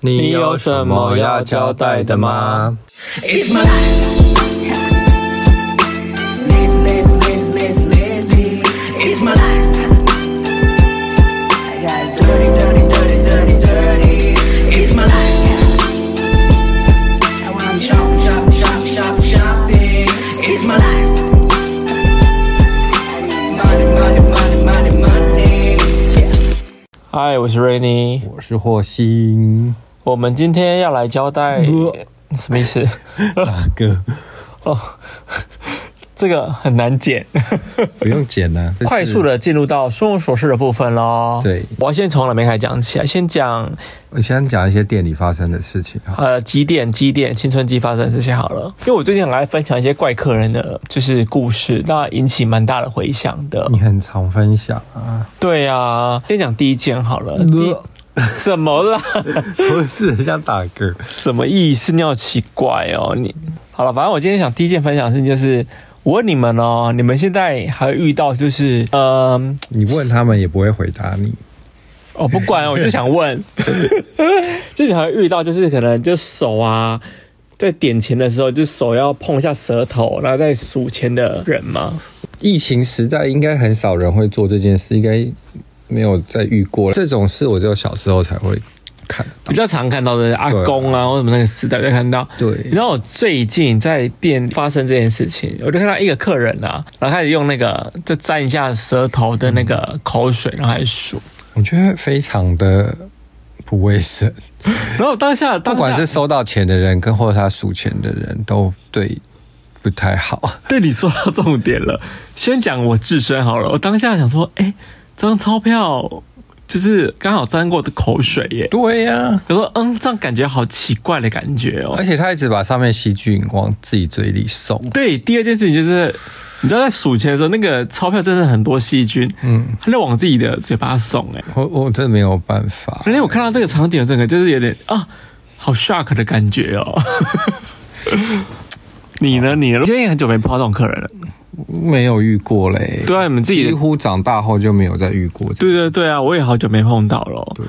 你有什么要交代的吗？ It's my life. Lazy, lazy, lazy, lazy, lazy. It's my life. I got dirty, dirty, dirty, dirty, dirty. It's my life. I wanna shop, shop, shop, shop, shopping. It's my life. I need money, money, money, money, money. Yeah. 嗨，我是瑞妮。我是霍星我们今天要来交代、什么意思？ 大哥，哦，这个很难剪，不用剪了，这是快速。的进入到生活琐事的部分喽。对我要先从哪边开始讲起啊？先讲我先讲一些店里发生的事情啊，呃几点几点青春期发生的事情好了，因为我最近很爱分享一些怪客人的就是故事，那引起蛮大的回响的。你很常分享 啊，对啊，先讲第一件好了。嗯第什么啦？我是很想打嗝。什么意思？你好奇怪哦！你好了，反正我今天想第一件分享的事情就是，我问你们哦，你们现在还会遇到就是，嗯、你问他们也不会回答你，我、不管哦，我就想问， 就你还会遇到就是可能就手啊，在点钱的时候就手要碰一下舌头，然后再数钱的人吗？疫情时代应该很少人会做这件事，应该没有再遇过了这种事，我只有小时候才会看到比。较常看到的阿对啊公啊，或者什么那个时代，就看到。你知对，道我最近在店发生这件事情，我就看到一个客人啊，然后开始用那个就沾一下舌头的那个口水，然后开始数。我觉得非常的不卫生，然后当下，不当下管是收到钱的人跟或者他数钱的人都对不太好。对你说到重点了，先讲我自身好了。我当下想说，哎，这张钞票就是刚好沾过我的口水耶。对呀、我说，嗯，这样感觉好奇怪的感觉哦而。且他一直把上面细菌往自己嘴里送，对，第二件事情就是，你知道在数钱的时候，那个钞票真的很多细菌，嗯，它就往自己的嘴巴送，哎。我我真的没有办法。反正哎我看到这个场景，整个就是有点啊，好 shock 的感觉哦。 你呢？你呢？今天也很久没碰到这种客人了。没有遇过嘞，对啊你们自己的几乎长大后就没有再遇过。对对对啊，我也好久没碰到了。对，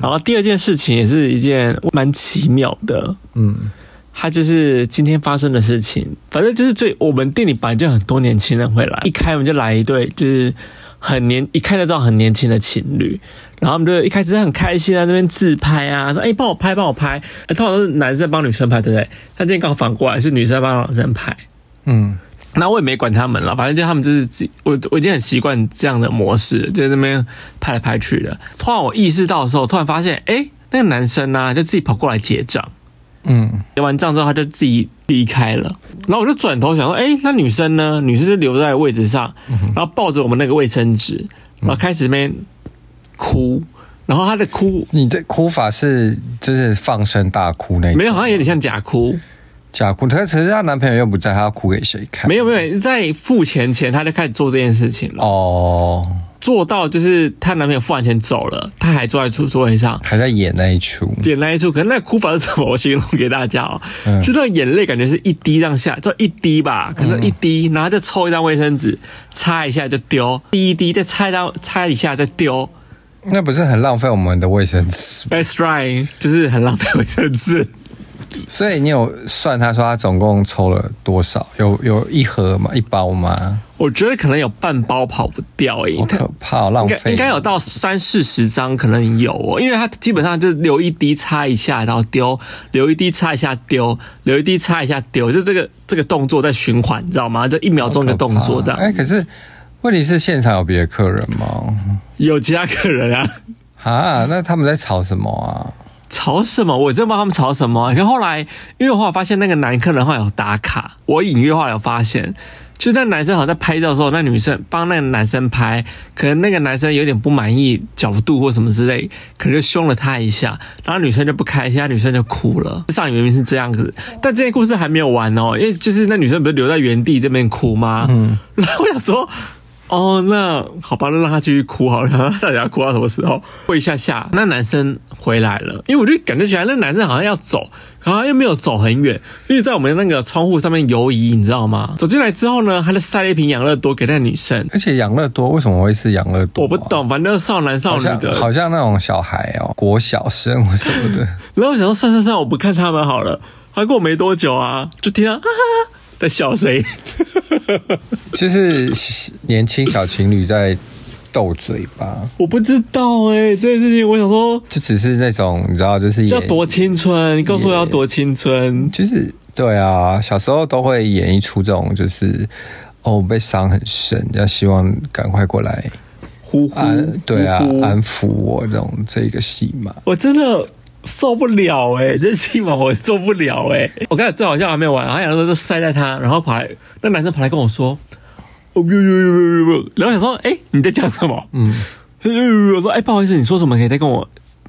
然后第二件事情也是一件蛮奇妙的，嗯，它就是今天发生的事情。反正就是最我们店里本来就很多年轻人会来，一开门就来一对，就是很年一看就知道很年轻的情侣。然后他们就一开始很开心在那边自拍啊，说：“哎、帮我拍，帮我拍。哎通常都是男生帮女生拍，对不对？但今天刚好反过来是女生帮男生拍。嗯，那我也没管他们了，反正就他们就是自己，我我已经很习惯这样的模式，就在那边拍来拍去的。突然我意识到的时候，突然发现，哎、那个男生呢、就自己跑过来结账，嗯，结完账之后他就自己离开了。然后我就转头想说，哎、那女生呢？女生就留在位置上，然后抱着我们那个卫生纸，然后开始在那边哭，然后她的哭你的哭法是就是放声大哭那种，没有，好像有点像假哭。假哭。可是她男朋友又不在，她要哭给谁看？没有没有，在付钱前她就开始做这件事情了，哦，做到就是她男朋友付完钱走了，她还坐在主座位上。还在演那一出，点那一处，可能那哭法是怎么？我形容给大家哦，嗯就那眼泪感觉是一滴这样下，就一滴吧，可能嗯一滴，然后就抽一张卫生纸擦一下就丢，滴一滴再擦一张擦一下再丢。那不是很浪费我们的卫生纸？ That's right，就是很浪费卫生纸。所以你有算他说他总共抽了多少？有有一盒吗？一包吗？我觉得可能有半包跑不掉诶、好它可怕哦、浪应费该应该有到三四十张，可能有哦，因为它基本上就是留一滴擦一下，然后丢，留一滴擦一下丢，留一滴擦一下丢，就这个这个动作在循环，你知道吗？就一秒钟一个动作这样哎、。可是问题是现场有别的客人吗？有其他客人啊，啊，那他们在吵什么啊？吵什么？我真不知道他们吵什么、可是后来，因为我后来发现那个男客人后来有打卡，我隐约后来有发现，就是那男生好像在拍照的时候，那女生帮那个男生拍，可能那个男生有点不满意角度或什么之类，可能就凶了他一下，然后女生就不开心，那女生就哭了。上原因是这样子，但这件故事 还没有完哦，因为就是那女生不是留在原地这边哭吗？嗯，然后我想说。哦，那好吧，那让他继续哭好了，让他到底要哭到什么时候？过一下下，那男生回来了，因为我就感觉起来那男生好像要走，然后又没有走很远，因为在我们那个窗户上面游移，你知道吗？走进来之后呢，他就塞了一瓶养乐多给那女生，而且养乐多为什么会是养乐多、啊我不，懂，反正少男少好女像的，好像那种小孩哦， 国小生或什么 的，然后我想说，算算算，我不看他们好了。他过没多久啊，就听到啊在笑谁？就是年轻小情侣在斗嘴吧。我不知道哎、这件事情我想说，这只是那种你知道，就是要演，多青春，你告诉我要多青春。就是对啊，小时候都会演一出这种，就是哦被伤很深，要希望赶快过来呼呼安，，对啊呼呼，安抚我这种这个戏嘛。我真的受不了哎、这戏码我受不了哎、我刚才最好笑还没完，然后杨乐就塞在他，然后跑来那男生跑来跟我说，哦呦呦呦呦呦，然后想说，哎、你在讲什么？嗯，我说，哎、不好意思，你说什么？可以再跟我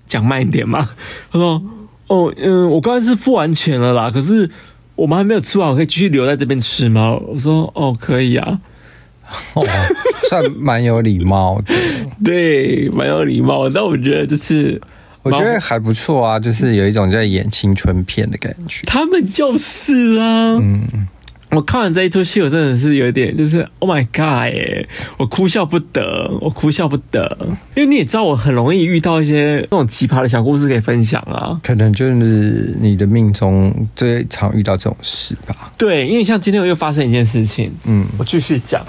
讲慢一点吗？他说，哦，嗯，我刚才是付完钱了啦，可是我们还没有吃完，我可以继续留在这边吃吗？我说，哦，可以啊。哦，算蛮有礼貌 的，对，蛮有礼貌，但我觉得就是，我觉得还不错啊，就是有一种在演青春片的感觉。他们就是啊。我看完这一出戏，我真的是有点就是 Oh my God 耶，我哭笑不得，我哭笑不得，因为你也知道我很容易遇到一些那种奇葩的小故事可以分享啊。可能就是你的命中最常遇到这种事吧。对，因为像今天我又发生一件事情，嗯，我继续讲。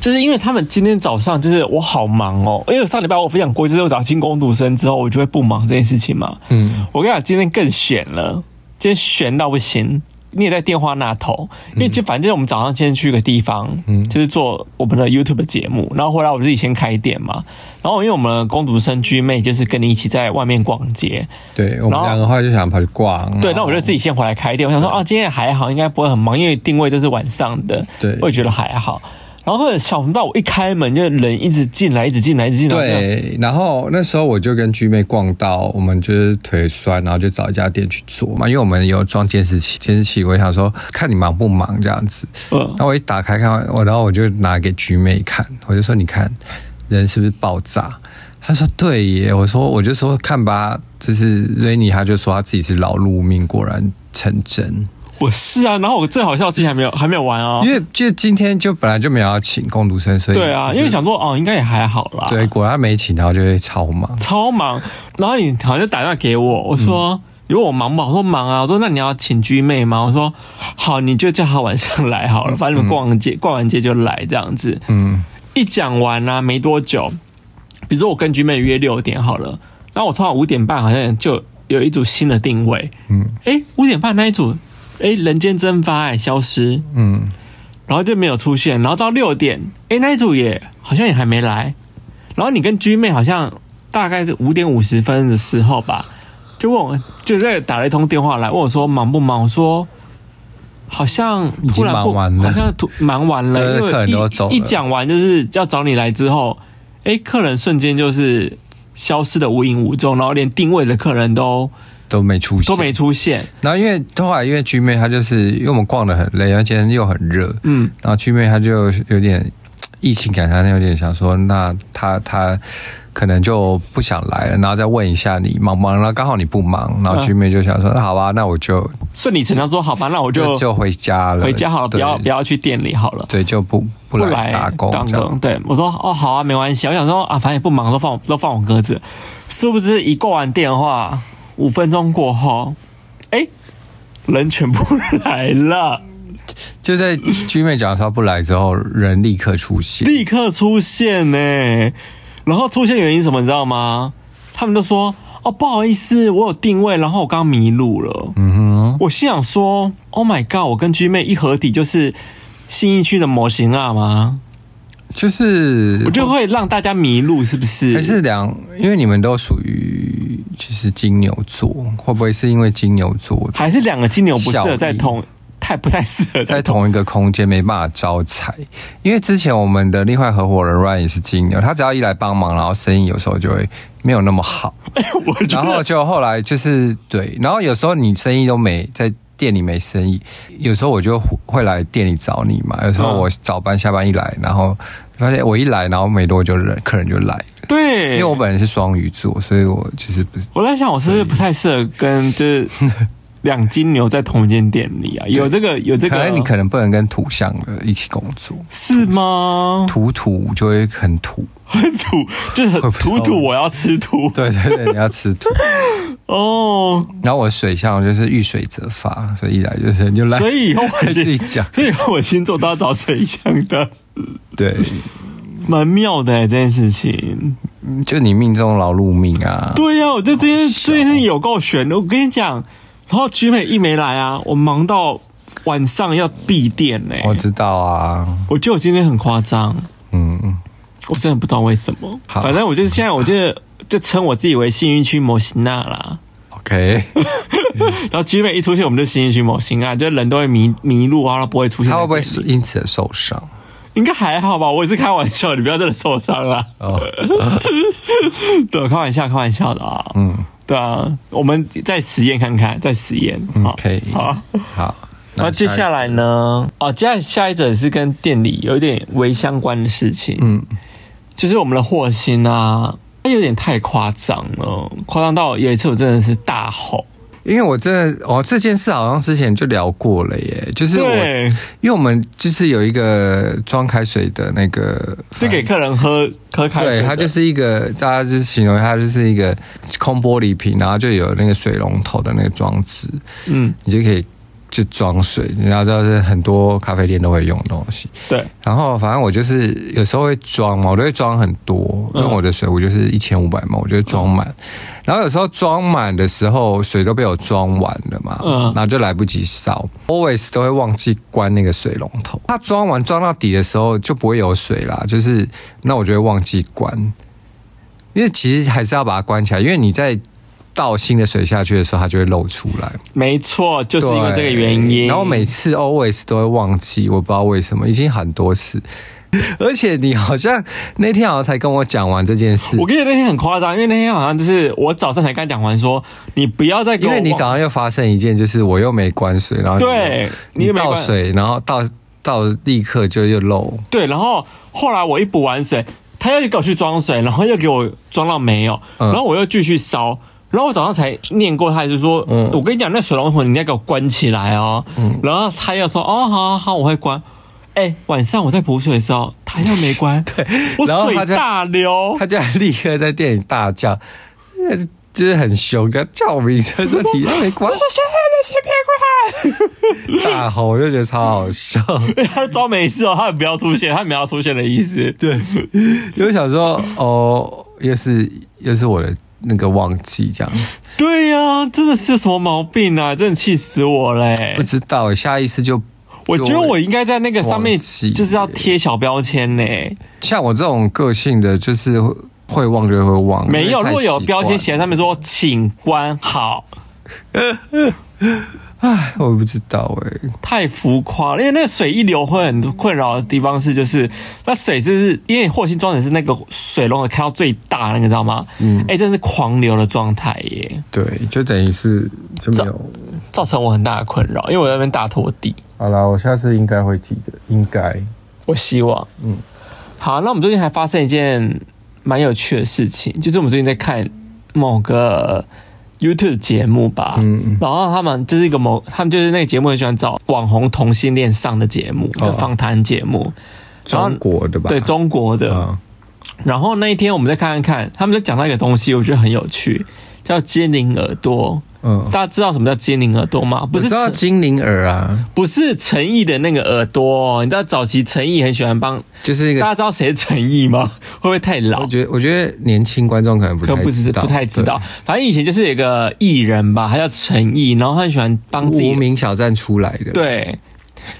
就是因为他们今天早上，就是我好忙哦，因为上礼拜我分享过，就是我找进攻读生之后，我就会不忙这件事情嘛。嗯，我跟你讲，今天更悬了，今天悬到不行。你也在电话那头，嗯因为就反正我们早上先去个地方，就是做我们的 YouTube 节目，然后回来我自己先开店嘛。然后因为我们工读生居妹就是跟你一起在外面逛街，对我们然后两个话就想跑去逛。啊对，那我就自己先回来开店。我想说，哦，今天还好，应该不会很忙，因为定位都是晚上的，对我也觉得还好。然后想不到我一开门，就人一直进来，一直进来，一直进来，对，然后那时候我就跟居妹逛到，我们就是腿酸，然后就找一家店去做嘛，因为我们有装监视器，监视器我想说看你忙不忙这样子。嗯那我一打开看完，我然后我就拿给居妹看，我就说你看人是不是爆炸？她说对耶，我说我就说看吧，就是瑞尼，他就说他自己是劳碌命，果然成真。我是啊。然后我最好笑的事情还没有还没有完哦因，为就今天就本来就没有要请工读生，所以对啊，就是因为想说哦，应该也还好啦。对，果然没请，然后就会超忙。超忙。然后你好像就打电话给我，我嗯说。如果我忙不忙？我说忙啊。我说那你要请居妹吗？我说好，你就叫她晚上来好了，反正你们逛街、逛完街就来这样子。嗯，一讲完啊，没多久，比如说我跟居妹约六点好了，然后我通常五点半好像就有一组新的定位，嗯，诶，五点半那一组，诶，人间蒸发、诶消失，嗯，然后就没有出现，然后到六点，诶，那一组也好像也还没来，然后你跟居妹好像大概是五点五十分的时候吧，就问我，就在打了一通电话来问我说忙不忙，我说。好像突然不已经忙完了好像突忙完了，对因为客人都走了一一讲完就是要找你来之后，诶，客人瞬间就是消失的无影无踪，然后连定位的客人都都没出现，都没出现。然后因为后来因为居妹她就是因为我们逛的很累，然后今天又很热，嗯，然后居妹她就有点疫情感，她有点想说，那她她可能就不想来了，然后再问一下你忙不忙，然后刚好你不忙，嗯然后居妹就想说，那好吧，那我就顺理成章说好吧，那我就就就回家了，回家好了，不对要不要去店里好了。对，就不不不来打工这样。对我说哦好啊，没关系。我想说啊，反正也不忙，都放我都放我鸽子。殊不知一挂完电话，五分钟过后，哎、人全部 来了，就在居妹讲说她不来之后，人立刻出现，立刻出现呢、然后出现原因什么，你知道吗？他们都说哦不好意思，我有定位，然后我刚迷路了。嗯哼，我心想说，Oh my god！我跟 G 妹一合体就是信义区的模型啊吗？就是我就会让大家迷路，是不是？还是两，因为你们都属于就是金牛座，会不会是因为金牛座还是两个金牛不适合在效益同，太不太适合在在同。同一个空间没办法招财？因为之前我们的另外合伙人 Ryan 也是金牛，他只要一来帮忙，然后生意有时候就会没有那么好， 我觉然后得就后来就是对，然后有时候你生意都没在店里没生意，有时候我就会来店里找你嘛。有时候嗯我早班下班一来，然后发现我一来，然后没多久人客人就来了，对，因为我本人是双鱼座，所以我就是不是我在想，我是不是不太适合跟就是两金牛在同一间店里啊？有这个有这可个，能你可能不能跟土象的一起工作，是吗？土土就会很土。很土，就是很不知道土土，我要吃土对对对，你要吃土。哦。 然后我的水象就是遇水则发，所以一来就是你就来，所以以后我自己星，讲所以以后我星座都要找水象 的，对，蛮妙的、欸、这件事情。就你命中劳碌命啊。对呀、我觉得这件笑哦这件事情有够悬的。我跟你讲，然后菊美一没来啊，我忙到晚上要闭店欸呢、我知道啊，我觉得我今天很夸张。嗯，我真的不知道为什么，好反正我就是现在，我就就称我自己为幸运区模型娜啦。 OK，然后基本一出现，我们就幸运区模型啊，就人都会迷迷路啊，不会出现在他店会里。不会是因此而受伤？应该还好吧？我也是开玩笑，你不要真的受伤 啦。哦，对，开玩笑，开玩笑的啊。嗯对啊，我们再实验看看，再实验。好，OK，好。哦好，然后接下来，来呢？哦，接下来下一则是跟店里有一点微相关的事情。嗯，就是我们的霍星啊，他有点太夸张了，夸张到有一次我真的是大吼。因为我真的，哦，这件事好像之前就聊过了耶，就是我，对，因为我们就是有一个装开水的那个，是给客人喝喝开水对，的，它就是一个，大家就是形容它就是一个空玻璃瓶，然后就有那个水龙头的那个装置，嗯，你就可以就装水，然后就是很多咖啡店都会用的东西。对，然后反正我就是有时候会装嘛，我都会装很多，因为嗯我的水壶就是一千五百嘛，我就会装满。然后有时候装满的时候，水都被我装完了嘛，嗯然后就来不及烧，always 都会忘记关那个水龙头。它装完装到底的时候就不会有水啦，就是那我就会忘记关，因为其实还是要把它关起来，因为你在倒新的水下去的时候，它就会漏出来。没错，就是对，因为这个原因。然后每次 always 都会忘记，我不知道为什么，已经很多次。 而且你好像那天好像才跟我讲完这件事我，跟你那天很夸张，因为那天好像就是我早上才刚讲完说，你不要再给因我为你忘早上又发生一件，就是我又没关水，然后你对你你又没倒关水，然后倒倒立刻就又漏，对，然后后来我一补完水，他又给我去装水，然后又给我装到没有，嗯然后我又继续烧。然后我早上才念过他，就说：“嗯我跟你讲，那水龙头你应该给我关起来哦。然后他又说：“哦，好好好，我会关。”哎，晚上我在补水的时候，他又 没关，对，我然后水他就大流，他就立刻在店里大叫，呃就是很凶，叫叫我名字，说你又没关，现在那些大吼，我就觉得超好笑。 别 关，他装没事哦，他不要出现，他没有要出现的意 思。对，因为想说，哦，又是又是我的那个忘记这样子。对呀、真的是有什么毛病啊？真的气死我嘞、不知道，下意识就我觉得我应该在那个上面忘记就是要贴小标签呢、像我这种个性的，就是会忘就会忘，没有，因为太如果有习标惯签写在上面说“请关好唉， 我不知道哎、”，太浮夸了。因为那个水一流会很困扰的地方是，就是那水就是因为霍星装的是那个水龙头开到最大那个，知道吗？嗯，哎、真的是狂流的状态耶，对，就等于是就没有。造成我很大的困扰，因为我在那边大拖地。好啦，我下次应该会记得，应该。我希望，嗯，好，那我们最近还发生一件蛮有趣的事情，就是我们最近在看某个 YouTube 节目吧，嗯嗯，然后他们就是一个某，他们就是那个节目很喜欢找网红同性恋上的节目，哦就访谈节目，然后中国的吧？对中国的。啊，然后那一天我们再看看看，他们就讲到一个东西，我觉得很有趣，叫精灵耳朵。嗯，大家知道什么叫精灵耳朵吗？不我是知道陈精灵耳啊，不是陈毅的那个耳朵哦、你知道早期陈毅很喜欢帮就是一大个。家知道谁是陈毅吗？ 会不会太我老？觉得，我觉得年轻观众可能不可太能不知道不太知道，反正以前就是有一个艺人吧，他叫陈毅，然后他很喜欢帮自对无己名小站出来的。，对，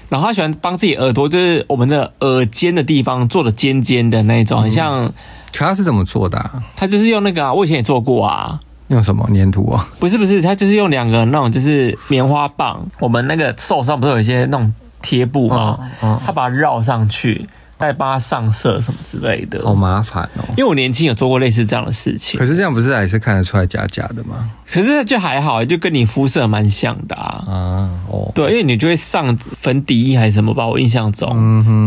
然后他喜欢帮自己耳朵，就是我们的耳尖的地方做的尖尖的那种，很嗯像可他是怎么做的、啊？他就是用那个、啊，我以前也做过啊，用什么粘土 啊？不是不是，他就是用两个那种就是棉花棒，我们那个手上不是有一些那种贴布吗？嗯他把它绕上去，再帮它上色什么之类的。好麻烦哦。因为我年轻有做过类似这样的事情可，是这样不是还是看得出来假假的吗？可是就还好，就跟你肤色蛮像的啊。啊，哦，对，因为你就会上粉底液还是什么吧，我印象中，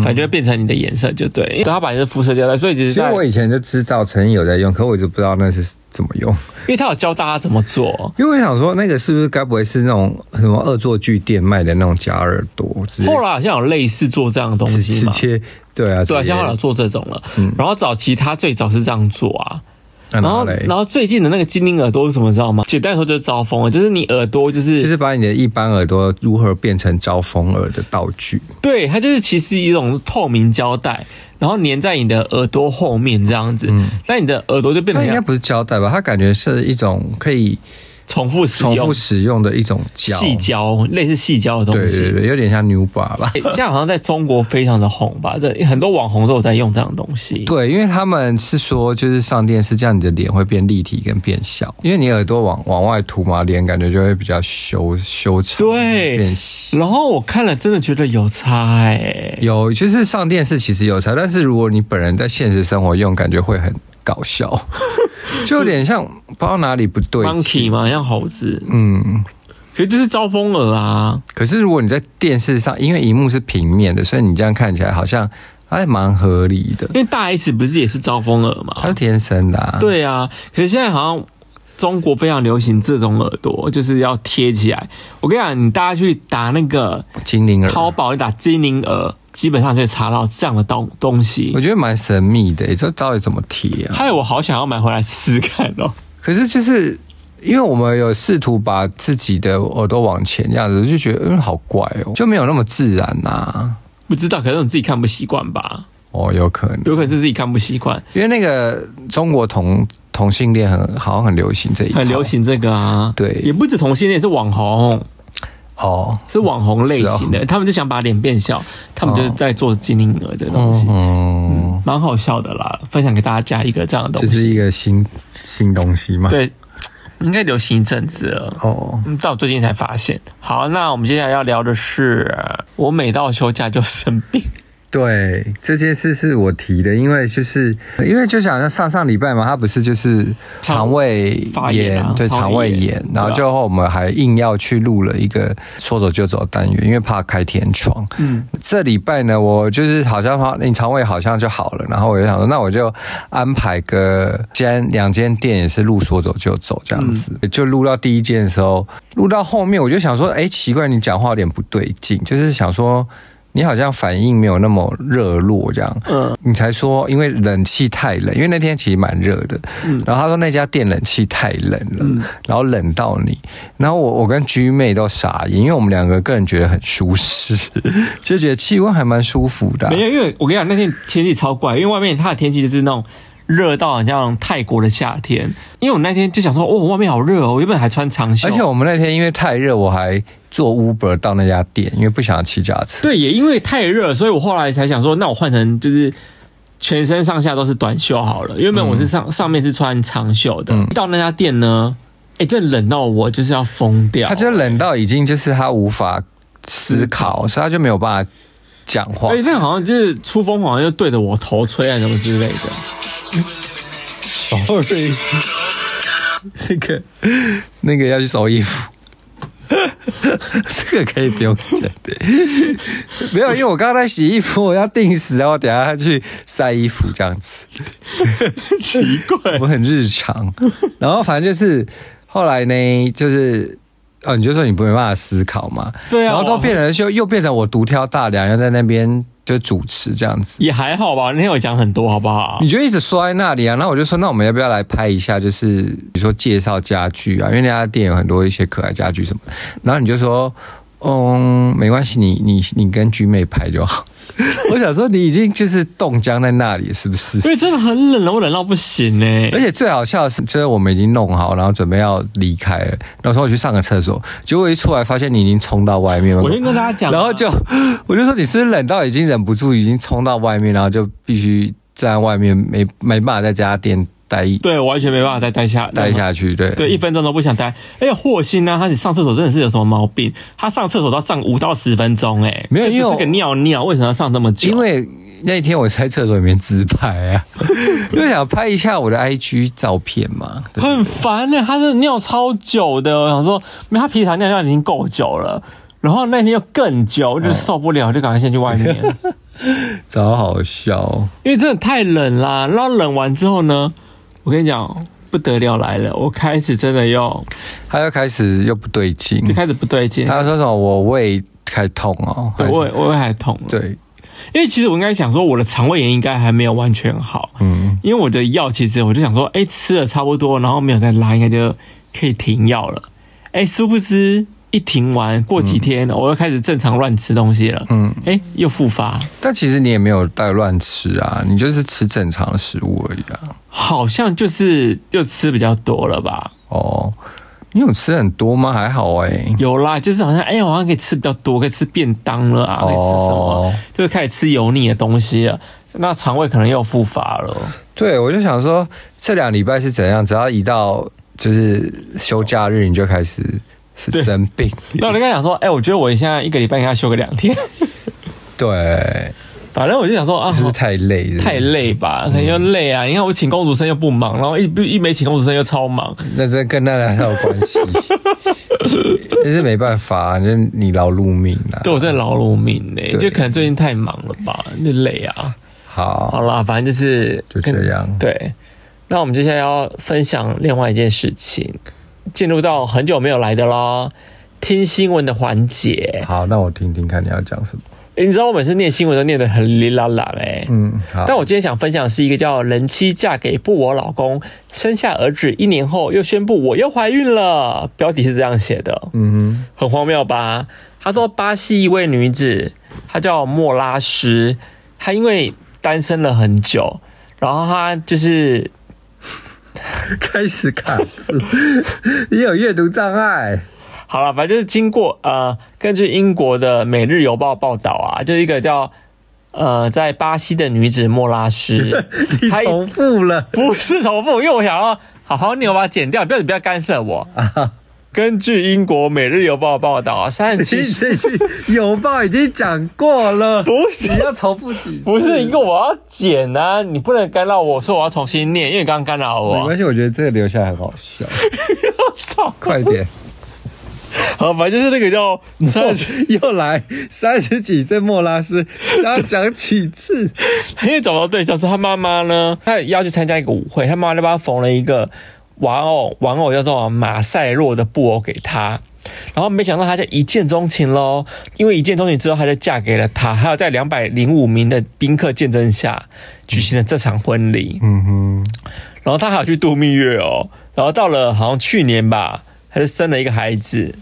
反正就会变成你的颜色，就嗯对，因为它把你的肤色交代，所以其其实实它，我以前就知道陈毅有在用，可我一直不知道那是怎么用，因为它有教大家怎么做。因为我想说那个是不是该不会是那种什么恶作剧店卖的那种假耳朵，直接后来好像有类似做这样的东直西直嘛，接对啊，对啊，直接现在好像有做这种了。然后早期它最早是这样做啊，啊然后拿来然后最近的那个精灵耳朵是什么，你知道吗？简单来说就是招风耳，就是你耳朵就是就是把你的一般耳朵如何变成招风耳的道具。对，它就是其实一种透明胶带，然后粘在你的耳朵后面这样子，那、你的耳朵就变它得应该像不是胶带吧？它感觉是一种可以重复使重用复使用的一种胶。细胶，类似细胶的东对西。对对，有点像 New Bar 吧？诶现在好像在中国非常的红吧，这很多网红都有在用这样的东西。对，因为他们是说，就是上电视，这样你的脸会变立体跟变小，因为你耳朵往往外凸嘛，脸感觉就会比较修修长，对变细。然后我看了，真的觉得有差哎、有，就是上电视其实有差，但是如果你本人在现实生活用，感觉会很搞 笑，就有点像不知道哪里不对劲。 monkey 嘛，像猴子，嗯，可是就是招风耳啊。可是如果你在电视上，因为荧幕是平面的，所以你这样看起来好像还蛮合理的。因为大 S 不是也是招风耳它嘛是？天生的、啊，，对啊，可是现在好像中国非常流行这种耳朵，就是要贴起来。我跟你讲，你大家去打那个精灵耳，淘宝，你打精灵耳，基本上就会查到这样的东东西我。觉得蛮神秘的、欸这到底怎么贴啊？害我好想要买回来试试看哦。 可是就是因为我们有试图把自己的耳朵往前这样子，就觉得嗯好怪哦，就没有那么自然呐、不知道，可能你自己看不习惯吧，哦，有可能，有可能是自己看不习惯，因为那个中国同同性恋很好像很流行这一套很流行这个啊。对也不止同性恋，是网红，哦。是网红类型的，他们就想把脸变小，他们就是在做精灵鹅的东西，嗯，蛮好笑的啦，分享给大家一个这样的这东是西。一个新新东西嘛？，对，应该流行一阵子了。哦，嗯，但我最近才发现。好，那我们接下来要聊的是，呃我每到休假就生病。对，这件事是我提的，因为就是因为就想像上上礼拜嘛，他不是就是肠胃发炎炎，啊对肠肠胃胃炎炎，然后对啊最后我们还硬要去录了一个说走就走的单元，因为怕开天窗。嗯，这礼拜呢，我就是好像好你肠胃好像就好了，然后我就想说，那我就安排个间两间店也是录说走就走这样子，就录到第一间的时候，录到后面我就想说，哎，奇怪，你讲话有点不对劲，就是想说。你好像反应没有那么热络，这样，嗯你才说因为冷气太冷，因为那天其实蛮热的，嗯然后他说那家店冷气太冷了，然后冷到你，然后我我跟居妹都傻眼，因为我们两个个人觉得很舒适， 就觉得气温还蛮舒服的啊、没有，因为我跟你讲，那天天气超怪，因为外面它的天气就是那种热到很像泰国的夏天。因为我那天就想说，哦，外面好热哦，我原本还穿长袖，而且我们那天因为太热，我还坐 Uber 到那家店，因为不想骑脚踏车。对，也因为太热了，所以我后来才想说，那我换成就是全身上下都是短袖好了。原本我是上、上面是穿长袖的，到那家店呢，哎、真的冷到我就是要疯掉。他就冷到已经就是他无法思考，所以他就没有办法讲话哎、。那好像就是出风好像就对着我头吹啊什么之类的。 Sorry，这个那个要去收衣服。 这个可以不用讲的，没有，因为我刚刚在洗衣服，我要定时，然后等一下去晒衣服这样子。奇怪，我很日常。然后反正就是后来呢，就是哦，你就说你不没办法思考嘛，对啊然后我都变成就又变成我独挑大梁，要在那边就主持这样子。也还好吧。那天我讲很多，好不好你？就一直说在那里啊，那我就说，那我们要不要来拍一下？就是比如说介绍家具啊，因为那家店有很多一些可爱家具什么的。然后你就说，嗯，没关系，你你你跟菊妹拍就好。 我想说，你已经就是冻僵在那里，是不是？因为真的很冷了，我冷到不行呢、而且最好笑的是，就是我们已经弄好，然后准备要离开了。那时候我去上个厕所，结果一出来发现你已经冲到外面了。我先跟大家讲啊，然后就我就说你是不是冷到已经忍不住，已经冲到外面，然后就必须站在外面，没没办法在家店待一对，我完全没办法再待下待下嗯去。对嗯对，一分钟都不想待。而且霍心呢、他你上厕所真的是有什么毛病？他上厕所都要上五到十分钟、欸，哎，没有因为就只我是个尿尿，为什么要上那么久？因为那一天我是在厕所里面自拍啊，因为想拍一下我的 IG 照片嘛。对很烦呢、他真的尿超久的。我想说，没有他平常尿尿已经够久了，然后那天又更久，我就受不了，就赶快先去外面，超好笑哦，因为真的太冷啦。然后冷完之后呢，我跟你讲。不得了来了！我开始真的又他又开始又不对劲，就开始不对嗯劲，他说什么我胃开痛哦，对，还是我也我也还痛了。对，因为其实我应该想说，我的肠胃炎应该还没有完全好，嗯，因为我的药其实我就想说，哎、吃了差不多，然后没有再拉，应该就可以停药了。哎、殊不知一停完，过几天、嗯我又开始正常乱吃东西了，嗯，哎、又复发，但其实你也没有带乱吃啊，你就是吃正常的食物而已啊。好像就是又吃比较多了吧？哦，你有吃很多吗？还好哎、有啦，就是好像哎、我好像可以吃比较多，可以吃便当了啊，可以吃什么，哦就开始吃油腻的东西了，那肠胃可能又复发了。对，我就想说这两礼拜是怎样？只要一到就是休假日，你就开始是对生病。那我就跟他讲说，哎、我觉得我现在一个礼拜应该休个两 天。对，反正我就想说啊，是不是太嗯累了？太。累吧，可能又累啊。你看我请公主生又不忙，然后一不一没请公主生又超忙，那这跟那还有关 系，但是没办法、就是你劳碌命啊。对我真的劳碌命呢、对就可能最近太忙了吧，就累啊。好好，啦，反正就是就这样跟对，那我们接下来要分享另外一件事情，进入到很久没有来的啦。听新闻的环节，好，那我听听看你要讲什么。诶你知道我每次念新闻都念得很哩啦啦哎、嗯，好。但我今天想分享的是一个叫“人妻嫁给不我老公，生下儿子一年后又宣布我又怀孕了”，标题是这样写的，嗯很荒谬吧？他说，巴西一位女子，她叫莫拉什，她因为单身了很久，然后她就是哼，开始卡住，你有阅读障 碍。好了，反正就是经过呃，根据英国的《每日邮报》报道啊，就是一个叫呃，在巴西的女子莫拉什，你她一重复了，不是重复，因为我想要好好念，我把它剪掉，不要你不要干涉我。根据英国《每日邮报》报道，三十其七实这句有报已经讲过了， 不是你要重复几次？不是因为我要剪啊，你不能干扰我说我要重新念，因为你刚刚干扰没我关。系，我觉得这个留下来很好 笑，操！快点，好，反正就是那个 叫三十，又来三十几岁莫拉斯，要讲几次？因为找不到对象，是他妈妈呢，他要去参加一个舞会，他妈妈就帮他缝了一个玩偶，玩偶叫做马赛洛的布偶给他。然后没想到他就一见钟情喽，因为一见钟情之后，他就嫁给了他，还有在两百零五名的宾客见证下举行了这场婚礼。嗯哼，然后他还有去度蜜月哦，然后到了好像去年吧，他就生了一个孩子，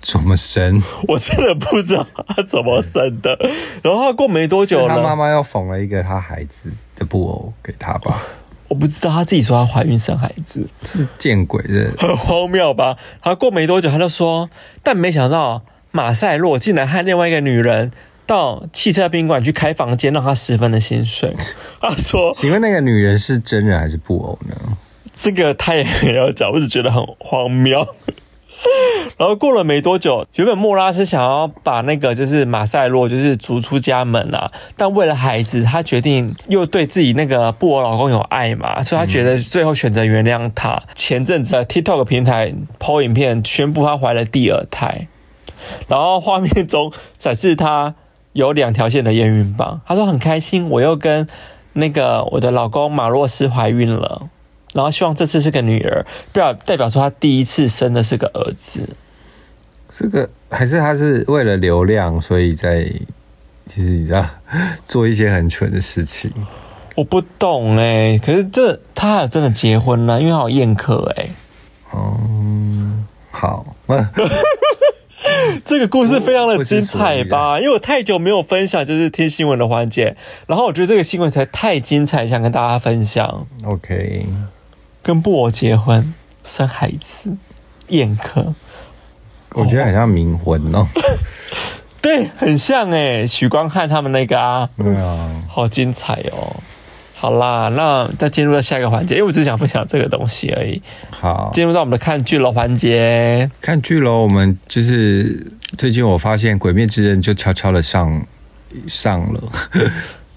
怎么神？我真的不知道他怎么生的。然后他过没多久他了，妈妈又缝了一个他孩子的布偶给他吧，我不知道他自己说他怀孕生孩子，是见鬼的，很荒谬吧？他过没多久他就说，但没想到马赛洛竟然和另外一个女人到汽车宾馆去开房间，让他十分的心碎。他说请问那个女人是真人还是布偶呢？这个他也没有讲，我只觉得很荒谬。 然后过了没多久，原本莫拉是想要把那个就是马塞洛就是逐出家门啦、但为了孩子，她决定又对自己那个布偶老公有爱嘛，所以她觉得最后选择原谅他。前阵子在 TikTok 平台 PO 影片宣布她怀了第二胎，然后画面中展示她有两条线的验孕棒，她说很开心，我又跟那个我的老公马洛斯怀孕了。然后希望这次是个女儿，代表代表说她第一次生的是个儿子。这个还是他是为了流量，所以在其实你知道做一些很蠢的事情。我不懂哎、可是这他还真的结婚了，因为他有宴客哎、哦、好，嗯这个故事非常的精彩吧？因为我太久没有分享，就是听新闻的环节，然后我觉得这个新闻才太精彩，想跟大家分享。 ，OK，跟布偶结婚、生孩子、宴客，我觉得很像冥婚哦。对，很像哎、许光汉他们那个啊， 对啊，好精彩哦。好啦，那再进入到下一个环节，因为我只想分享这个东西而已。好，进入到我们的看剧了环节，看剧喽。我们就是最近我发现《鬼灭之刃》就悄悄的上上了，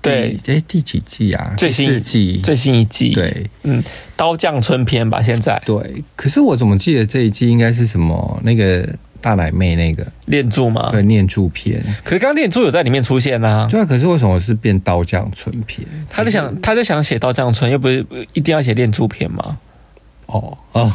对 第哎第几季啊？最第新一四季，最新一季，，对嗯，刀匠村篇吧，现在对。可是我怎么记得这一季应该是什么那个大奶妹那个练柱嘛。对念珠篇？可是刚刚练柱有在里面出现啊，对啊，可是为什么是变刀匠村篇？他就想他就想写刀匠村，又不是一定要写练柱篇吗？哦 哦，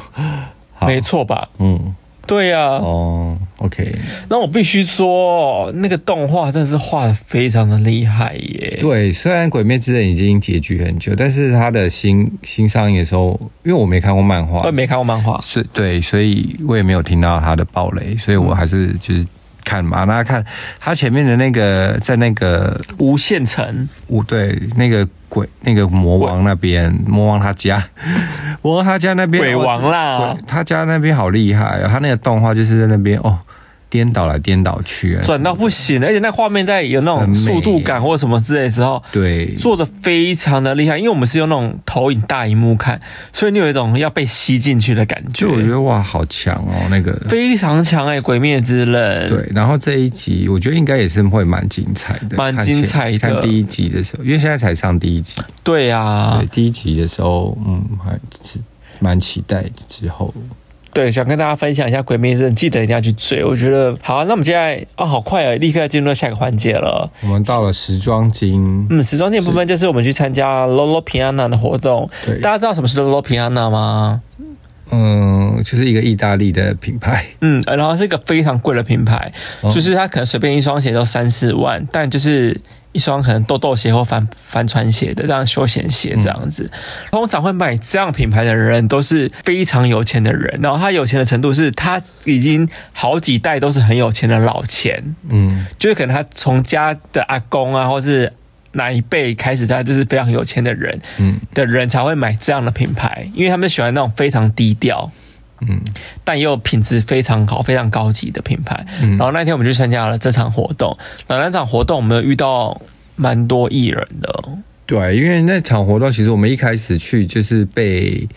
好没错吧？嗯对呀、啊，哦，OK，那我必须说，那个动画真的是画的非常的厉害耶。对，虽然《鬼灭之刃》已经结局很久，但是它的新新上映的时候，因为我没看过漫画我也，没看过漫画，所以对，所以我也没有听到他的暴雷，所以我还是就是看嘛。那看他前面的那个，在那个无限城我对那个鬼那个魔王那边，魔王他家， 魔王他家那边鬼王哦啦，鬼他家那边好厉害、哦，他那个动画就是在那边哦，颠倒来颠倒去，啊转到不行，而且那画面在有那种速度感或什么之类之后，对做的非常的厉害。因为我们是用那种投影大荧幕看，所以你有一种要被吸进去的感觉就，我觉得哇，好强哦，那个。非常强哎，《鬼灭之刃》对，然后这一集我觉得应该也是会蛮精彩的，蛮看起来精彩的看第一集的时候，因为现在才上第一集，对啊对，，第一集的时候，嗯，还是蛮期待之后。对，想跟大家分享一下《鬼灭之刃》，记得一定要去追。我觉得好、啊，那我们接下来哦，好快哦，立刻要进入到下个环节了。我们到了时装精，嗯，时装店部分就是我们去参加 Lolo Piana 的活动。对大家知道什么是 Lolo Piana 吗？嗯，就是一个意大利的品牌，嗯，呃然后是一个非常贵的品牌，哦就是它可能随便一双鞋都三四万，但就是一双可能豆豆鞋或帆帆船鞋的这样休闲鞋这样子。通常会买这样品牌的人都是非常有钱的人，然后他有钱的程度是他已经好几代都是很有钱的老钱，嗯，就是可能他从家的阿公啊，或是哪一辈开始，他就是非常有钱的人，嗯的人才会买这样的品牌，因为他们喜欢那种非常低调，嗯，但又品质非常好、非常高级的品牌。嗯然后那天我们就参加了这场活动，然后那场活动我们有遇到蛮多艺人的，对，因为那场活动其实我们一开始去就是被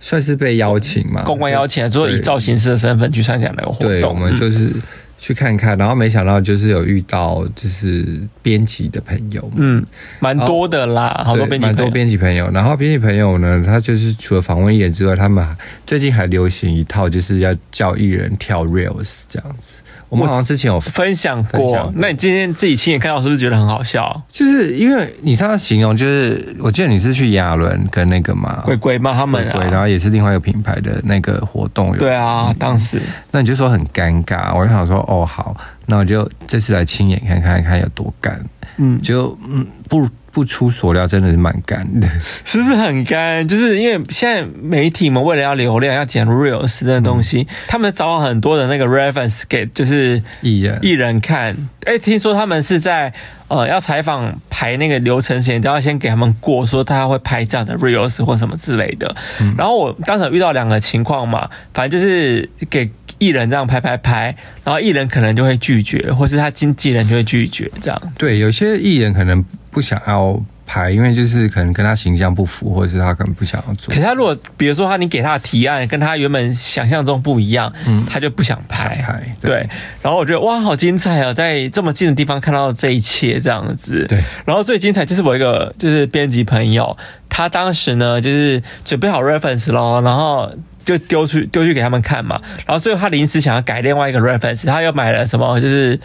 算是被邀请嘛，公关邀请，之就后以造型师的身份去参加那个活啊对，我动。们嗯就是去看看，然后没想到就是有遇到就是编辑的朋友嘛，嗯，蛮多的啦，好多哦对编辑蛮朋多友编辑朋友，然后编辑朋友呢，他就是除了访问艺人之外，他们还最近还流行一套，就是要叫艺人跳 reels 这样子。我们好像之前有，分享分过享过。啊那你今天自己亲眼看到，是不是觉得很好笑？就是因为你上次形容，就是我记得你是去亚伦跟那个嘛鬼鬼骂他们鬼鬼嗯然啊，后也是另外一个品牌的那个活动有对啊，当时那你就说很尴尬，我就想说哦好，那我就这次来亲眼看看看有多干，嗯，就嗯不不出所料，真的是蛮干的。 是不是很干？就是因为现在媒体们为了要流量，要剪 reels 这种东西，嗯他们找很多的那个 reference 给就是艺人艺人看。哎、听说他们是在呃要采访排那个流程前，都要先给他们过，说他会拍这样的 reels 或什么之类的。然后我当时有遇到两个情况嘛，反正就是给艺人这样拍拍拍，然后艺人可能就会拒绝，或是他经纪人就会拒绝这样。对，有些艺人可能不想要拍，因为就是可能跟他形象不符，或者是他可能不想要做可是。他如果比如说他你给他的提案跟他原本想象中不一样，他就嗯不想拍。拍对对然后我觉得哇，好精彩啊！在这么近的地方看到这一切这样子。对，然后最精彩就是我一个就是编辑朋友，他当时呢就是准备好 reference 咯，然后就丢去丢去给他们看嘛，然后最后他临时想要改另外一个 reference，他又买了什么就是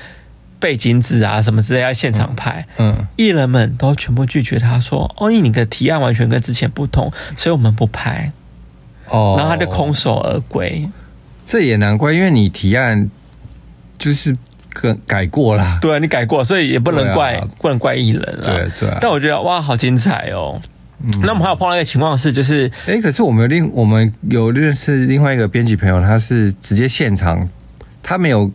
背景纸啊什么之类要现场拍，嗯，艺人们都全部拒绝他说：“哦，因为你的提案完全跟之前不同，所以我们不拍。”哦然后他就空，手而归。这也难怪，因为你提案就是更改过啦。对啊你改过，所以也不能怪、对啊不能怪艺人了。对对啊但我觉得哇，好精彩哦！那我们还有碰到一个情况是，就是哎，可是我们另我们有认识另外一个编辑朋友，他是直接现场，他没有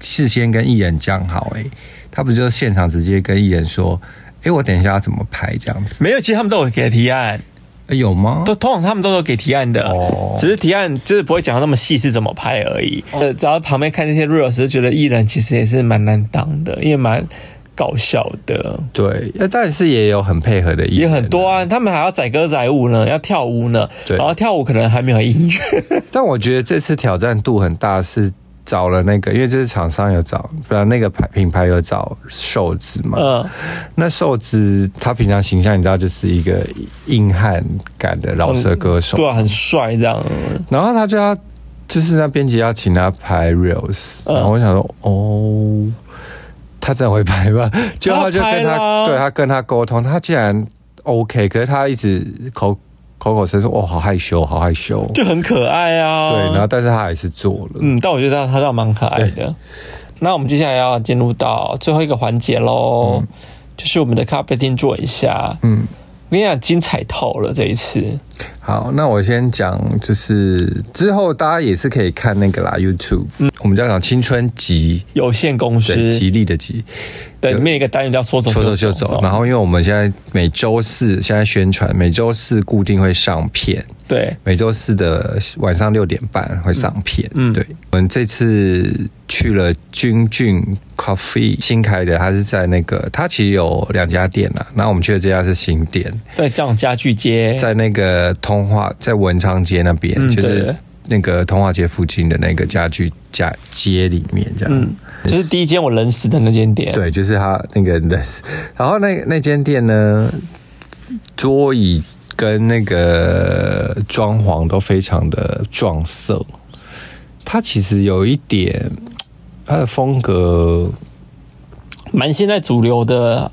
事先跟艺人讲好、诶，哎，他不就现场直接跟艺人说，哎，我等一下要怎么拍这样子？没有，其实他们都有给提案，诶有吗？都通常他们都有给提案的，哦只是提案就是不会讲到那么细是怎么拍而已。呃，只要旁边看这些 reels，就觉得艺人其实也是蛮难当的，因为蛮搞笑的。对，呃但是也有很配合的艺也人、很多啊，他们还要载歌载舞呢，要跳舞呢，对 然后跳舞可能还没有音乐，但我觉得这次挑战度很大，是找了那个，因为这是厂商有找，不然那个牌品牌有找瘦子嘛。呃，那瘦子他平常形象你知道，就是一个硬汉感的饶舌歌手。对啊，很帅这样。然后他就要，就是那编辑要请他拍 reels，、嗯然后我想说，哦，他真的会拍 吧？结果他就跟他拍啦他，对他跟他沟通，他竟然 OK，可是他一直口口口声声说，哦，好害羞，好害羞。就很可爱啊。对，然后但是他还是做了。嗯，但我觉得他倒蛮可爱的。那我们接下来要进入到最后一个环节喽，嗯就是我们的咖啡厅坐一下。嗯，我跟你讲，精彩透了这一次。好，那我先讲，就是之后大家也是可以看那个啦，YouTube，、我们叫讲青春集，有限公对，司吉利的吉，的里面有一个单元叫“说走说走就就走走。”，然后因为我们现在每周四现在宣传，每周四固定会上片，对每周四的晚上六点半会上片。嗯嗯对，我们这次去了君俊 Coffee 新开的，它是在那个，它其实有两家店啦，那我们去的这家是新店，在这种家具街，在那个通化，在文昌街那边，嗯就对是那个通化街附近的那个家具家街里面这样。嗯，就是第一间我冷死的那间店。，对，就是他那个人的，然后那那间店呢，桌椅跟那个装潢都非常的撞色。它其实有一点，它的风格，蛮现在主流的，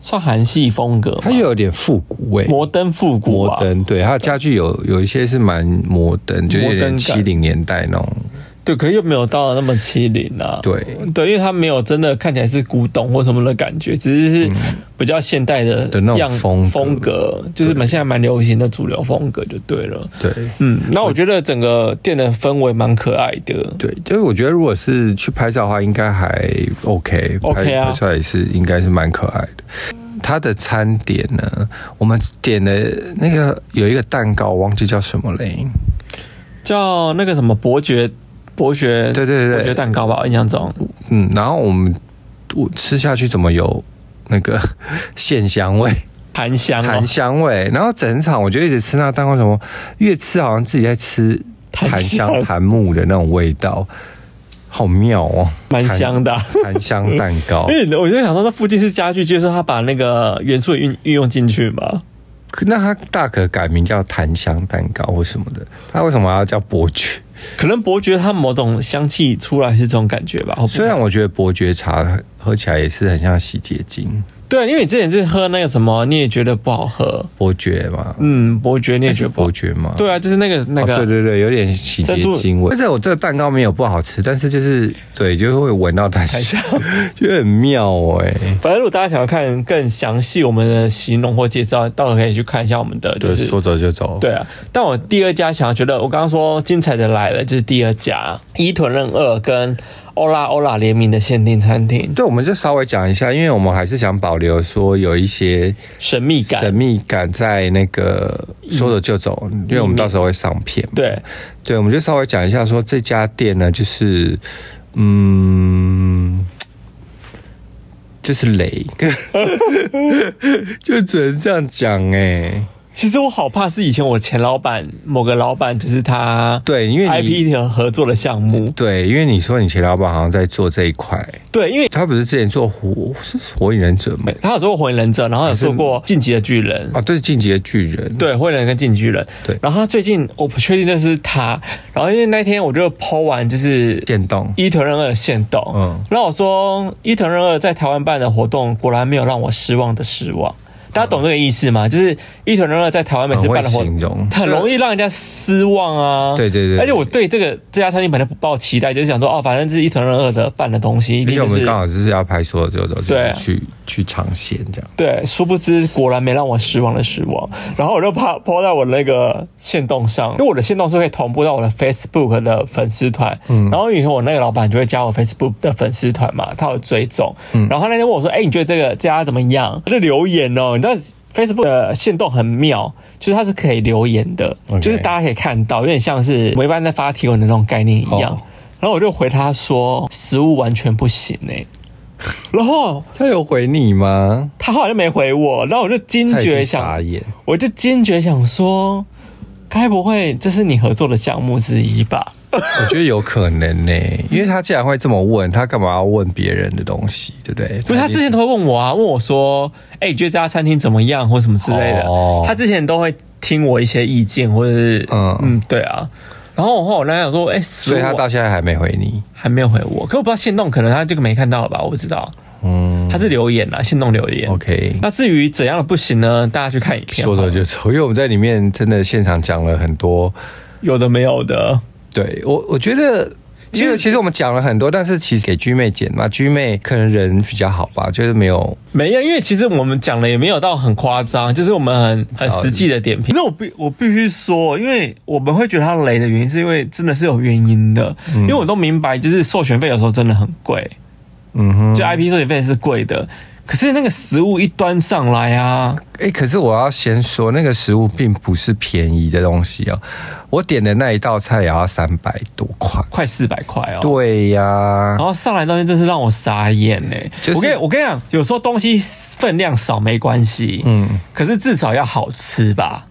算韩系风格嘛，它又有点复古味。摩登复古摩吧。登，对，它的家具有有一些是蛮摩登，就是有摩登点感七零年代那种。对，可是又没有到那么欺凌啊。对，对，因为它没有真的看起来是古董或什么的感觉，只是是比较现代的嗯的那种样风格风格，就是蛮现在蛮流行的主流风格就对了。对嗯，那我觉得整个店的氛围蛮可爱的。对，就是我觉得如果是去拍照的话，应该还 OK，拍 OK 啊拍出来也是应该是蛮可爱的。它的餐点呢，我们点的那个有一个蛋糕，忘记叫什么欸嘞？叫那个什么伯爵伯爵，对对对伯爵蛋糕吧，我印象中嗯，然后我们我吃下去怎么有那个 线香味、檀香、哦、檀香味？然后整场我就一直吃那个蛋糕，怎么越吃好像自己在吃檀檀香香檀木的那种味道，好妙哦！蛮香的啊、檀香蛋糕，因为我就想到，那附近是家具，就是他把那个元素运运用进去嘛。可那他大可改名叫檀香蛋糕或什么的，他为什么要叫伯爵？可能伯爵它某种香气出来是这种感觉吧。我不虽然我觉得伯爵茶喝起来也是很像洗洁精，对，啊因为你之前是喝那个什么，你也觉得不好喝。伯爵嘛，嗯，伯爵你也觉是得不好伯爵嘛，对啊，就是那个那哦个、对对对，有点洗洁精味。但是我这个蛋糕没有不好吃，但是就是对，就会闻到檀 香，觉得很妙哎、反正如果大家想要看更详细我们的形容或介绍，到时候可以去看一下我们的，就就是说走就走。对啊。但我第二家想要觉得，我刚刚说精彩的来了，就是第二家伊藤润二跟欧拉欧拉联名的限定餐厅，对，我们就稍微讲一下，因为我们还是想保留说有一些神秘感。神秘感在那个嗯说走就走，因为我们到时候会上片嘛。对，对，我们就稍微讲一下说这家店呢，就是嗯，就是雷， 就只能这样讲哎、其实我好怕是以前我前老板某个老板，就是他对，因为 IP 你的合作的项目，对，因为你说你前老板好像在做这一块，对，因为他不是之前做火是火影忍者吗？他有做过火影忍者，然后有做过进击的巨人，啊，对，进击的巨人，对，灰人跟进击人。嗯对然后他最近我不确定那是他，然后因为那天我就剖完就是电动，伊藤润二的线动，嗯嗯，然后我说伊藤润二在台湾办的活动果然没有让我失望的失望。大家懂这个意思吗？就是伊藤润二在台湾每次很会办的活形动，容，很容易让人家失望啊。对对对而且我对这个这家餐厅本来不抱期待，就是想说哦，反正是伊藤润二的办的东西，一因定为就我们是刚好就是要拍说走就走，就对啊是去去尝鲜这样。对，殊不知果然没让我失望的失望。然后我就怕抛在我那个线动上，因为我的线动是可以同步到我的 Facebook 的粉丝团。嗯然后以前我那个老板就会加我 Facebook 的粉丝团嘛，他有追踪。嗯然后他那天问我说：“哎、你觉得这个这家怎么样？”他就留言哦，你知道。Facebook 的线动很妙，就是它是可以留言的 OK 就是大家可以看到，有点像是我们一般在发提文的那种概念一样。哦然后我就回他说，食物完全不行哎、然后他有回你吗？他好像没回我，然后我就惊他已觉经想傻，眼。我就惊觉想说，该不会这是你合作的项目之一吧？我觉得有可能呢、因为他既然会这么问，他干嘛要问别人的东西，对不对？不是他之前都会问我啊，问我说：“哎、你觉得这家餐厅怎么样，或什么之类的。哦他之前都会听我一些意见，或者是嗯嗯对啊。然后我后来想说：“哎、所所以他到现在还没回你。还没有回我，可我不知道线动，可能他这个没看到吧，我不知道。嗯他是留言啊，线动留言。 ，OK，那至于怎样的不行呢？大家去看影片好说了，走就走，因为我们在里面真的现场讲了很多。有的没有的。对我，我觉得。其其实实，其实我们讲了很多，但是其实给居妹剪嘛，居妹可能人比较好吧，就是没有没有，因为其实我们讲的也没有到很夸张，就是我们很很实际的点评。可是我必我必须说，因为我们会觉得它雷的原因，是因为真的是有原因的。因为我都明白，就是授权费有时候真的很贵，嗯哼，就 IP 授权费是贵的。可是那个食物一端上来啊，哎、可是我要先说，那个食物并不是便宜的东西哦。我点的那一道菜也要三百多块。快四百块哦。对呀、然后上来的东西真是让我傻眼呢、就是我跟你我跟你讲，有时候东西分量少没关系，嗯嗯，可是至少要好吃吧。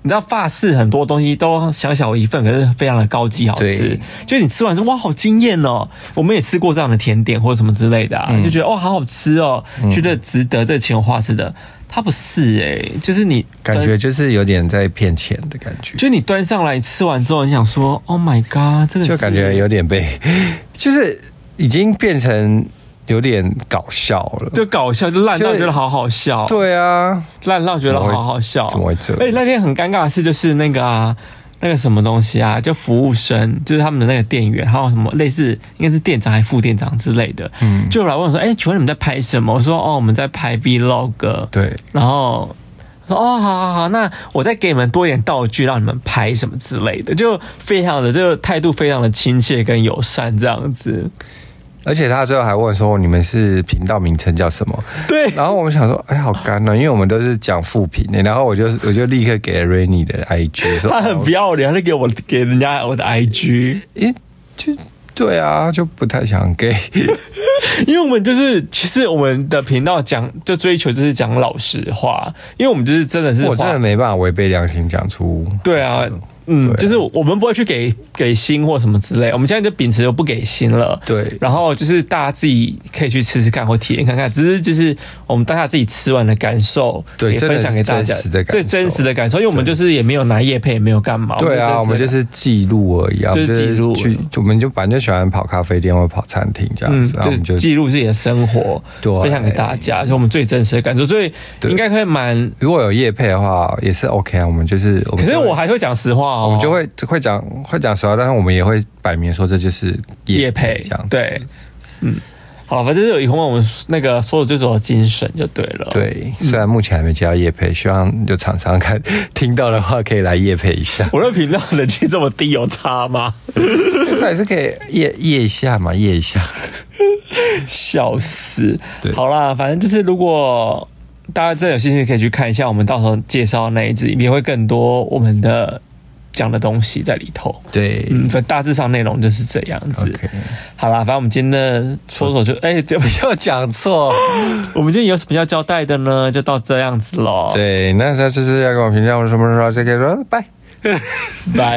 你知道法式很多东西都小小一份，可是非常的高级好吃对。就你吃完说哇，好惊艳哦！我们也吃过这样的甜点或者什么之类的、嗯啊，就觉得哇，好好吃哦，觉得值得这钱花是的。它不是哎、就是你感觉就是有点在骗钱的感觉，就你端上来吃完之后，你想说 Oh my god，这个就感觉有点被，就是已经变成有点搞笑了。就搞笑，就烂到就是觉得好好笑。对啊，烂到觉得好好笑，怎么会怎么会这而且那天很尴尬的事就是那个啊，那个什么东西啊，就服务生，就是他们的那个店员，还有什么类似应该是店长还是副店长之类的，嗯，就有来问我说，哎、请问你们在拍什么？我说哦，我们在拍 vlog，对，然后。说哦，好好好，那我再给你们多一点道具，让你们拍什么之类的，就非常的，就态度非常的亲切跟友善这样子。而且他最后还问说你们是频道名称叫什么？对，然后我们想说，哎，好干哦，因为我们都是讲副品的。然后我就我就立刻给了 Rainy 的 IG 说，他很哦不要脸，他就给我给人家我的 IG。诶，就对啊，就不太想给。因为我们就是，其实我们的频道讲就追求就是讲老实话，因为我们就是真的是我真的话没办法违背良心讲出。对啊，嗯，对啊就是我们不会去给给薪或什么之类，我们现在就秉持就不给薪了。对然后就是大家自己可以去吃吃看或体验看看，只是就是我们当下自己吃完的感受，对也真的分是享给大家真实的感受最真实的感受，因为我们就是也没有拿叶配，也没有干嘛，对啊，我们就真实的是记录而已啊，就是我们记录去，我们就反正喜欢跑咖啡店或跑餐厅这样子，啊然后我嗯，们就就是记录自己的生活，对分享给大家，就是我们最真实的感受，所以对应该会蛮如果有业配的话也是 OK 啊，我们就是我可们是就会我还会讲实话哦，我们就会会讲会讲实话，但是我们也会摆明说这就是夜配配这样子，对，嗯，好，反正就是有一个我们那个说的最走的精神就对了，，对，虽然目前还没接到业配，希望有厂商看听到的话可以来业配一 下，我的频道人气这么低有差吗？但是还是可以业业一下嘛，业一下。笑死，对好啦，反正就是如果。大家真的有兴趣可以去看一下，我们到时候介绍的那一支里面会更多我们的讲的东西在里头。对、嗯，反大致上内容就是这样子。 OK 好啦，反正我们今天的说说就，哎、对不起，又讲错。 我们今天有什么要交代的呢？就到这样子喽。，对，那他就是要跟我评价我什么时候再跟说拜。拜。